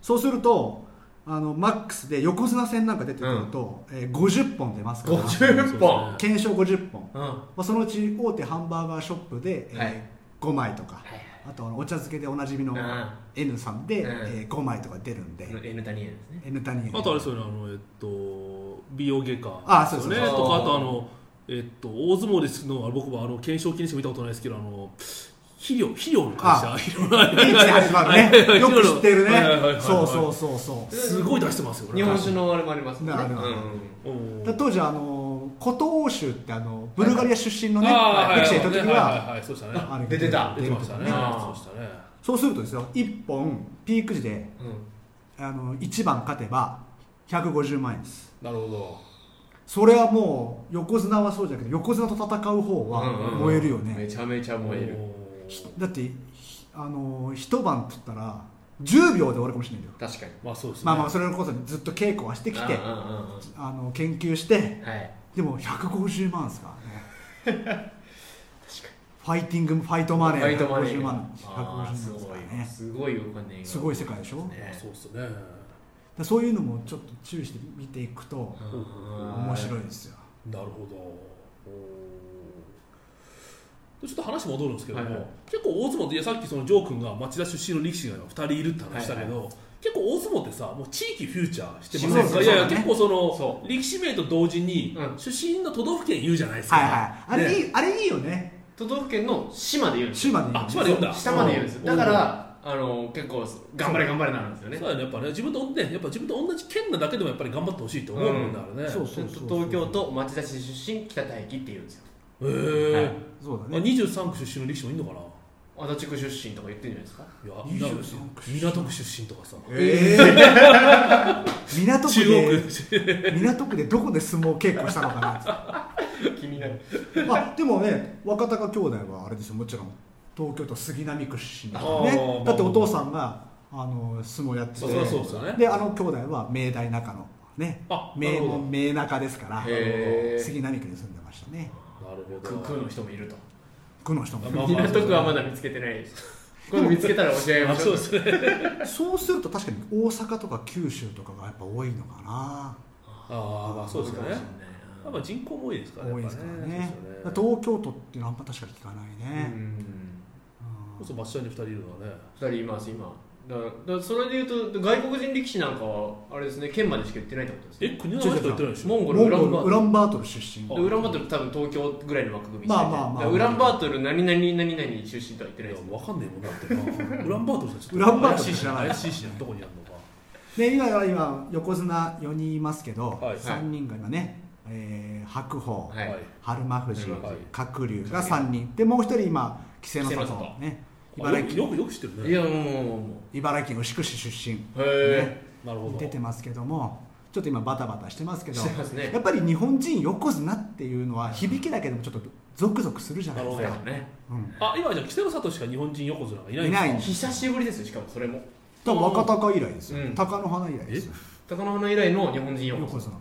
[SPEAKER 3] そうするとあのマックスで横綱戦なんか出てくると、えー50本出ますから
[SPEAKER 2] 50本
[SPEAKER 3] 検証50本、
[SPEAKER 2] うんは
[SPEAKER 3] まあ、そのうち大手ハンバーガーショップで、えー
[SPEAKER 2] はい
[SPEAKER 3] 5枚とか
[SPEAKER 2] いはい
[SPEAKER 3] あとあのお茶漬けでおなじみの
[SPEAKER 2] うん
[SPEAKER 3] N さんで、
[SPEAKER 2] うん
[SPEAKER 3] えー5枚とか出るんで、
[SPEAKER 2] の N 谷園ですね
[SPEAKER 3] N 谷
[SPEAKER 4] あとあれですよね、あの、えっと、美容外科。
[SPEAKER 3] あそうそう
[SPEAKER 4] ね、
[SPEAKER 3] そう
[SPEAKER 4] とか、あと、あの、えっと、大相撲ですの、あの僕は、あの、懸賞金しか見たことないですけど、あの。肥料、肥料の会社、いろいろある
[SPEAKER 3] H で始まる
[SPEAKER 4] はいは
[SPEAKER 3] ね
[SPEAKER 4] い
[SPEAKER 3] よく知ってる
[SPEAKER 4] はいはいはいはいは
[SPEAKER 3] ね
[SPEAKER 4] い
[SPEAKER 3] そうそうそうそう
[SPEAKER 4] すごい出してますよね。
[SPEAKER 2] 日本酒のあれもあります
[SPEAKER 3] なるほど
[SPEAKER 4] おー
[SPEAKER 3] だ当時あの琴欧州ってあのブルガリア出身のね
[SPEAKER 4] あー
[SPEAKER 3] 力士がいた時
[SPEAKER 4] はいはい
[SPEAKER 3] は
[SPEAKER 4] はい、そうでしたね。
[SPEAKER 3] あの
[SPEAKER 2] 出てた
[SPEAKER 4] 出てましたね。
[SPEAKER 2] あー
[SPEAKER 4] そうでしたね。
[SPEAKER 3] そうするとですよ1本ピーク時であの1番勝てば150万円です
[SPEAKER 4] なるほど。
[SPEAKER 3] それはもう横綱はそうじゃなくて横綱と戦う方は燃えるよね、
[SPEAKER 2] めちゃめちゃ燃える
[SPEAKER 4] おー
[SPEAKER 3] だってひあのー一晩っつったら10秒で終わるかもしれないんだよ、
[SPEAKER 2] 確かに
[SPEAKER 4] まあ、そうですね。
[SPEAKER 3] まあまあそれこそずっと稽古はしてきて
[SPEAKER 2] うんうんうんうん
[SPEAKER 3] あの研究して
[SPEAKER 2] はい
[SPEAKER 3] でも150万ですからねファイティングファイトマネ
[SPEAKER 2] ファイ
[SPEAKER 3] ー
[SPEAKER 2] トマネ
[SPEAKER 3] 150
[SPEAKER 2] ー
[SPEAKER 3] 万150
[SPEAKER 2] あ
[SPEAKER 3] 万
[SPEAKER 2] ー
[SPEAKER 3] です
[SPEAKER 2] す
[SPEAKER 3] か
[SPEAKER 2] ご
[SPEAKER 3] ら
[SPEAKER 2] い
[SPEAKER 3] ね
[SPEAKER 2] すごいお金が
[SPEAKER 3] すごい世界でしょ
[SPEAKER 2] ね
[SPEAKER 4] まあそうですね。
[SPEAKER 3] だそういうのもちょっと注意して見ていくと
[SPEAKER 2] うん
[SPEAKER 3] 面白いですよ
[SPEAKER 4] なるほどおーでちょっと話戻るんですけども、
[SPEAKER 2] はいはい
[SPEAKER 4] 結構大相撲っていやさっきそのジョー君が町田出身の力士が2人いるって話したけど、結構大相撲ってさもう地域フューチャーしてません
[SPEAKER 3] そ
[SPEAKER 4] か
[SPEAKER 3] うそう
[SPEAKER 4] いやいや、
[SPEAKER 3] そうだね
[SPEAKER 4] 結構その
[SPEAKER 2] そ
[SPEAKER 4] 力士名と同時に、
[SPEAKER 2] うん
[SPEAKER 4] 出身の都道府県言うじゃないですか、
[SPEAKER 3] はいはいあれいい、あれいいよね
[SPEAKER 2] 都道府県の市まで言うんです
[SPEAKER 3] 週までいいよ
[SPEAKER 4] あ
[SPEAKER 3] ね
[SPEAKER 4] 島で言うんだ
[SPEAKER 2] 下まで言うんです
[SPEAKER 4] う
[SPEAKER 2] だからあの結構頑張れ頑張れなんですよね
[SPEAKER 4] そうだねやっぱね自分とねやっぱ自分と同じ県なだけでもやっぱり頑張ってほしいと思うもんだからね、
[SPEAKER 3] そう
[SPEAKER 2] ちょっと東京都町田市出身北大輝って言うんですよ
[SPEAKER 4] へえ、
[SPEAKER 2] はい
[SPEAKER 3] そう
[SPEAKER 4] ま
[SPEAKER 3] だ
[SPEAKER 4] あ、
[SPEAKER 3] ね
[SPEAKER 4] 23区出身の力士もいるのかな
[SPEAKER 2] 足立区出身とか言ってるんじゃないですか
[SPEAKER 4] いや
[SPEAKER 3] 23区出身
[SPEAKER 4] 港区出身とかさ
[SPEAKER 3] えー 港区
[SPEAKER 4] 中央
[SPEAKER 3] で
[SPEAKER 4] 区
[SPEAKER 3] 港区でどこで相撲稽古したのかなって
[SPEAKER 2] 気になる
[SPEAKER 3] あでもね若隆兄弟はあれですよもちろん東京都杉並区出身だから
[SPEAKER 4] あー
[SPEAKER 3] ねだってお父さんがあの相撲やってて
[SPEAKER 4] そうそうそうですよね
[SPEAKER 3] であの兄弟は明大中野ね
[SPEAKER 4] あ
[SPEAKER 3] 名
[SPEAKER 4] なるほ
[SPEAKER 3] 門明中ですから
[SPEAKER 2] へー
[SPEAKER 3] 杉並区に住んでましたね
[SPEAKER 4] なるほ
[SPEAKER 2] 区
[SPEAKER 4] ど
[SPEAKER 2] 区の人もいると
[SPEAKER 3] 区の人も、
[SPEAKER 4] まあまあ
[SPEAKER 2] 港区はまだ見つけてないです今度見つけたら教えま
[SPEAKER 4] あ
[SPEAKER 2] しょ
[SPEAKER 4] そう
[SPEAKER 2] う
[SPEAKER 4] ですね
[SPEAKER 3] そうすると確かに大阪とか九州とかがやっぱ多いのかな
[SPEAKER 4] ああまあそうですよね
[SPEAKER 2] かもしれない
[SPEAKER 4] やっぱ人口も多いですからね
[SPEAKER 3] 多いですからね
[SPEAKER 4] やっぱ
[SPEAKER 3] だか
[SPEAKER 4] そう
[SPEAKER 3] ら東京都っていうのはあんま確かに聞かない
[SPEAKER 2] なう
[SPEAKER 3] ね、
[SPEAKER 2] ん
[SPEAKER 3] うん
[SPEAKER 4] そう松下に二人いるのはね
[SPEAKER 2] 二人います今だからだからそれでいうと外国人力士なんかはあれですね県までしか言ってないってことですね
[SPEAKER 4] え国の名前しか言ってないでしょ
[SPEAKER 2] モン
[SPEAKER 3] モ
[SPEAKER 2] ゴ
[SPEAKER 3] ン
[SPEAKER 2] ル
[SPEAKER 3] ゴ
[SPEAKER 2] ウ
[SPEAKER 3] ル
[SPEAKER 2] ランバート
[SPEAKER 3] ウランバートル出身
[SPEAKER 2] ルでウランバートル多分東京ぐらいの枠組みしてて
[SPEAKER 3] まあまあまあ
[SPEAKER 2] だからウランバートル何々何々出身とは言ってな
[SPEAKER 4] い
[SPEAKER 2] いで
[SPEAKER 4] や
[SPEAKER 2] す
[SPEAKER 4] わかんねえもんだってなウランバートルさんちょっと
[SPEAKER 3] ウランバートル
[SPEAKER 4] 怪しいし
[SPEAKER 3] 知らない
[SPEAKER 4] 怪しいしどこにあるのか
[SPEAKER 3] で今は今横綱4人いますけど、
[SPEAKER 4] はい
[SPEAKER 3] 3人が今ね、えー白鵬、
[SPEAKER 2] はい
[SPEAKER 3] 春馬富士
[SPEAKER 2] 春馬
[SPEAKER 4] 富士
[SPEAKER 3] 鶴竜が3人でもう1人今稀勢の里
[SPEAKER 2] 稀勢の里
[SPEAKER 3] ね
[SPEAKER 4] あ
[SPEAKER 3] 茨
[SPEAKER 4] よく
[SPEAKER 3] 城
[SPEAKER 4] よくよく知ってる
[SPEAKER 2] い
[SPEAKER 4] ね
[SPEAKER 2] やもうも
[SPEAKER 3] 茨城県牛久市出身、
[SPEAKER 2] うへえ
[SPEAKER 4] なるほど
[SPEAKER 3] 出てますけどもちょっと今バタバタしてますけど
[SPEAKER 2] してますね
[SPEAKER 3] やっぱり日本人よこずなっていうのは響きだけでもちょっとゾクゾクするじゃないです
[SPEAKER 2] そう
[SPEAKER 3] か
[SPEAKER 2] だ、ね
[SPEAKER 3] うん、
[SPEAKER 4] あ今じゃあキセロサトしか日本人横綱がいない
[SPEAKER 3] いない
[SPEAKER 4] ん
[SPEAKER 3] ん
[SPEAKER 4] で
[SPEAKER 3] ですす
[SPEAKER 2] 久しぶりですよしかもそれも
[SPEAKER 3] 多分若鷹以来ですよ、
[SPEAKER 2] うん
[SPEAKER 3] 鷹の花以来ですよ
[SPEAKER 2] 高野花以来の日本人よ
[SPEAKER 3] 横綱
[SPEAKER 4] か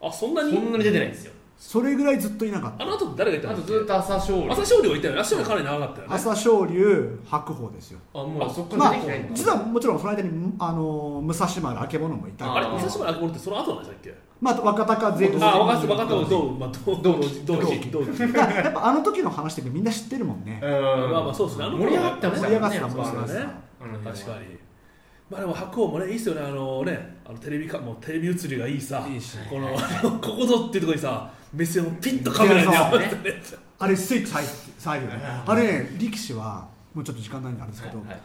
[SPEAKER 4] あそんな
[SPEAKER 2] そ
[SPEAKER 4] に
[SPEAKER 2] んなに出てないんですよ
[SPEAKER 3] それぐらいずっといなかっ
[SPEAKER 4] あ
[SPEAKER 3] た
[SPEAKER 4] の後誰がいた
[SPEAKER 2] あ
[SPEAKER 4] ん
[SPEAKER 2] と
[SPEAKER 4] だっ
[SPEAKER 2] ずっ
[SPEAKER 4] け
[SPEAKER 2] と朝勝利
[SPEAKER 4] 朝勝利はいたよね朝勝利かなり長かったよね
[SPEAKER 3] 朝青龍白鵬ですよ
[SPEAKER 2] あもうそっから
[SPEAKER 3] まあ
[SPEAKER 2] 出てきてないんだ、
[SPEAKER 3] 実はもちろんその間にあの武蔵丸曙もいた
[SPEAKER 4] あれ
[SPEAKER 2] あー
[SPEAKER 4] 武蔵村明子ってその後なんでしたっけ
[SPEAKER 3] まあ、若隆全
[SPEAKER 4] あ分かった分かったどうまあどう
[SPEAKER 2] 同
[SPEAKER 4] 同
[SPEAKER 2] 期
[SPEAKER 4] 期同期同期
[SPEAKER 3] だからやっぱあの時の話ってみんな知ってるもんね
[SPEAKER 2] うん
[SPEAKER 4] まあまあそうですねあの
[SPEAKER 2] 盛り上がってまし
[SPEAKER 3] 盛
[SPEAKER 2] た
[SPEAKER 3] り上
[SPEAKER 2] もん
[SPEAKER 3] がっ
[SPEAKER 2] ね
[SPEAKER 3] てた盛り上がって
[SPEAKER 4] そうだね
[SPEAKER 3] た
[SPEAKER 2] あの
[SPEAKER 4] 確かにまあでも白鵬もねいいっすよねあのねあのテレビかもうテレビ映りがいいさ
[SPEAKER 3] いいし
[SPEAKER 4] このここぞっていうところにさ目線をピッとカメラに合わせてね
[SPEAKER 3] あれスイッチ入って入るよねあれね力士はもうちょっと時間ないんであれですけど
[SPEAKER 2] はい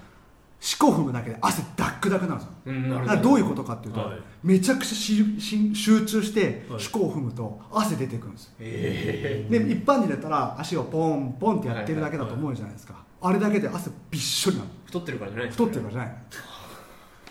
[SPEAKER 3] 四股踏むだけで汗ダックダックなんですよ
[SPEAKER 2] うんなる
[SPEAKER 3] だ
[SPEAKER 2] ほ
[SPEAKER 3] からどういうことかっていうと、
[SPEAKER 4] はい
[SPEAKER 3] めちゃくちゃしし集中して
[SPEAKER 4] はい
[SPEAKER 3] 四股を踏むと汗出てくるんですよ
[SPEAKER 2] え
[SPEAKER 3] で一般人だったら足をポンポンってやってるだけだと思うじゃないですか、あれだけで汗びっしょりなの
[SPEAKER 2] え太ってるからじゃないです
[SPEAKER 3] 太
[SPEAKER 2] か
[SPEAKER 3] ってるからじゃない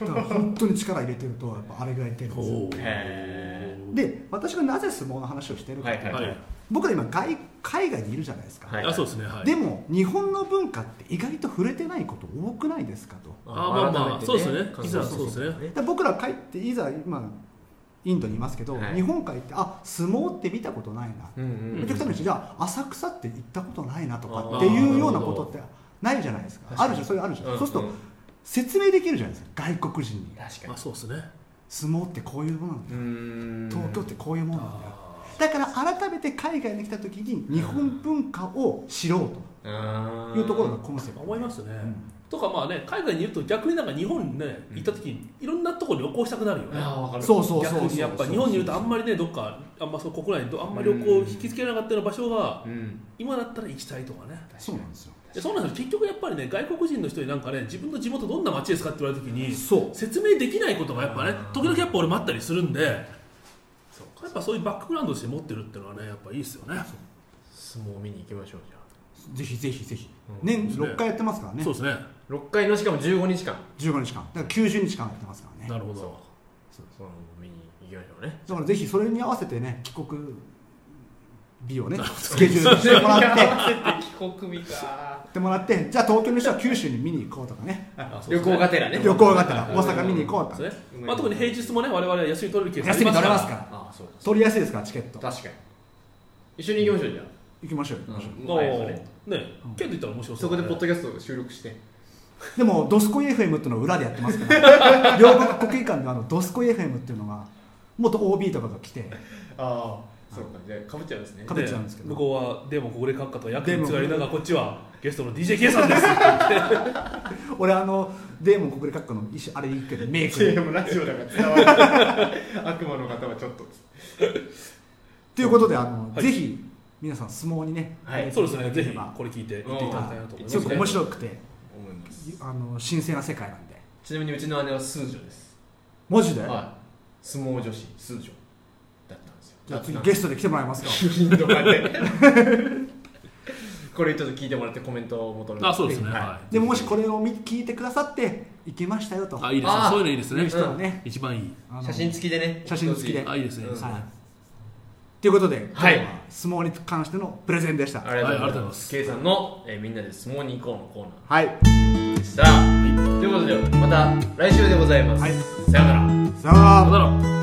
[SPEAKER 3] のだから本当に力入れてるとやっぱあれぐらい出るんですよ
[SPEAKER 4] おー
[SPEAKER 2] へ
[SPEAKER 3] で私がなぜ相撲の話をしてるかというと、
[SPEAKER 2] はい
[SPEAKER 4] はい
[SPEAKER 3] 僕ら今外海外にいるじゃないですか、
[SPEAKER 2] はい
[SPEAKER 4] あそうですねはい
[SPEAKER 3] でも日本の文化って意外と触れてないこと多くないですかと
[SPEAKER 4] あまあまあそうですねいざそうですね
[SPEAKER 3] だから僕ら帰っていざ今インドにいますけど、
[SPEAKER 2] はい
[SPEAKER 3] 日本帰ってあ相撲って見たことないな、
[SPEAKER 2] うんうん
[SPEAKER 3] お客さんの人じゃあ浅草って行ったことないなとかっていうようなことってないじゃないですか
[SPEAKER 2] あー
[SPEAKER 3] あるじゃんそれあるじゃん、
[SPEAKER 2] んん
[SPEAKER 3] そうすると説明できるじゃないですか外国人に
[SPEAKER 2] 確か
[SPEAKER 4] あそうですね
[SPEAKER 3] 相撲ってこういうものなんだ
[SPEAKER 2] にう
[SPEAKER 3] よ、
[SPEAKER 2] ん
[SPEAKER 3] 東京ってこういうものなんだよ
[SPEAKER 4] あ
[SPEAKER 3] だから改めて海外に来た時に日本文化を知ろうというところがコンセ
[SPEAKER 4] ー
[SPEAKER 3] プト、
[SPEAKER 4] 思いますね
[SPEAKER 3] ん
[SPEAKER 4] とかまあね海外にいると逆になんか日本にね行った時にいろんなところに旅行したくなるよね
[SPEAKER 2] ああ分かる
[SPEAKER 3] そうそうそ
[SPEAKER 4] 逆
[SPEAKER 3] うそう
[SPEAKER 4] にやっぱ日本にいるとあんまりねどっかあんまその国内にどあんまり旅行を引きつけなかったような場所が
[SPEAKER 2] うん
[SPEAKER 4] 今だったら行きたいとかね
[SPEAKER 3] そうなんですよ
[SPEAKER 4] でそうなんですよ結局やっぱりね外国人の人になんかね自分の地元どんな街ですかって言われた時に
[SPEAKER 3] そう
[SPEAKER 4] 説明できないことがやっぱね時々やっぱ俺もあったりするんでや
[SPEAKER 2] そうか
[SPEAKER 4] っぱそういうバックグラウンドとして持ってるっていうのはねやっぱいいですよね
[SPEAKER 2] 相撲見に行きましょうじゃあ
[SPEAKER 3] ぜひぜひぜひ、
[SPEAKER 2] うん
[SPEAKER 3] 年
[SPEAKER 4] そうですね
[SPEAKER 3] 6回やってますからね
[SPEAKER 4] そうですね
[SPEAKER 2] 6回のしかも15日間
[SPEAKER 3] 15日間だから90日間やってますからね
[SPEAKER 4] なるほど
[SPEAKER 2] そうそう見に行きましょうね
[SPEAKER 3] だからぜひそれに合わせてね帰国日をねスケジュールしてもらってや
[SPEAKER 2] 帰国日か
[SPEAKER 3] ってもらってじゃあ東京の人は九州に見に行こうとかね
[SPEAKER 4] あそうで
[SPEAKER 2] 旅
[SPEAKER 4] すね
[SPEAKER 2] 行がてらね
[SPEAKER 3] 旅行がてら大阪見に行こうと
[SPEAKER 4] そうで
[SPEAKER 3] か
[SPEAKER 4] すねまあ特に平日もね我々は休み取れるケースあ
[SPEAKER 3] 休み取れますからら
[SPEAKER 2] ああそうです
[SPEAKER 3] 取りやすいですからチケット
[SPEAKER 2] 確かに一緒に行きましょうじゃあ
[SPEAKER 3] 行きましょうよ行きましょう
[SPEAKER 4] もうね
[SPEAKER 2] ね
[SPEAKER 3] うん
[SPEAKER 4] 県と言ったら面白そ
[SPEAKER 2] そう
[SPEAKER 4] だ
[SPEAKER 2] こ
[SPEAKER 4] ね
[SPEAKER 2] でポッドキャスト収録して
[SPEAKER 3] でもドスコイ FM っていうのは裏でやってますから 両国国技館であのドスコイ FM っていうのが元 OB とかが来て
[SPEAKER 2] ああそうかじゃあかぶっちゃうんです ね
[SPEAKER 3] 被っちゃうんですけど
[SPEAKER 4] 向こうは「でもここで書くか」とか役
[SPEAKER 3] で
[SPEAKER 4] に
[SPEAKER 3] も
[SPEAKER 4] つがりながらこっちはゲストの DJK さんです
[SPEAKER 3] 俺あのデーモン国立閣下の意思あれ言うけどメイクで
[SPEAKER 2] CM ラジオだから伝わ る悪魔の方はちょっと
[SPEAKER 3] ということであの、
[SPEAKER 4] はい
[SPEAKER 3] ぜひ皆さん相撲にね、
[SPEAKER 2] はい
[SPEAKER 4] そうですねぜひ
[SPEAKER 3] まあ
[SPEAKER 4] これ聞いて行っていただきたいなと思います
[SPEAKER 3] すごく面白くて
[SPEAKER 2] 思います
[SPEAKER 3] あの神聖な世界なんで
[SPEAKER 2] ちなみにうちの姉はスージョです
[SPEAKER 3] マジで、
[SPEAKER 2] はい相撲女子スージョだったんですよ
[SPEAKER 3] じゃあ次ゲ
[SPEAKER 2] ス
[SPEAKER 3] ストで来てもらえますか
[SPEAKER 2] ヒントがね これちょっと聞いてもらってコメントを求めま
[SPEAKER 4] あ
[SPEAKER 2] す
[SPEAKER 4] そうですねは
[SPEAKER 3] でももしこれを見聞いてくださって行きましたよと
[SPEAKER 4] いあいいですね
[SPEAKER 2] あー
[SPEAKER 4] そういうのいいですね
[SPEAKER 3] 人はね、
[SPEAKER 4] 一番いい
[SPEAKER 3] あの
[SPEAKER 2] 写真付きでね
[SPEAKER 3] 写真付きで
[SPEAKER 4] あいいですね
[SPEAKER 2] うん
[SPEAKER 3] はいということで、今日
[SPEAKER 2] はい
[SPEAKER 3] は相撲に関してのプレゼンでした
[SPEAKER 2] ありがとうござい
[SPEAKER 4] はいありがとうござい
[SPEAKER 2] ま
[SPEAKER 4] ますす
[SPEAKER 2] K さんの、えーみんなで相撲に行こう」のコーナ
[SPEAKER 3] はい
[SPEAKER 2] ーでした、ということでまた来週でございます、
[SPEAKER 3] はい
[SPEAKER 2] さようなら
[SPEAKER 3] さよなら
[SPEAKER 4] さよなら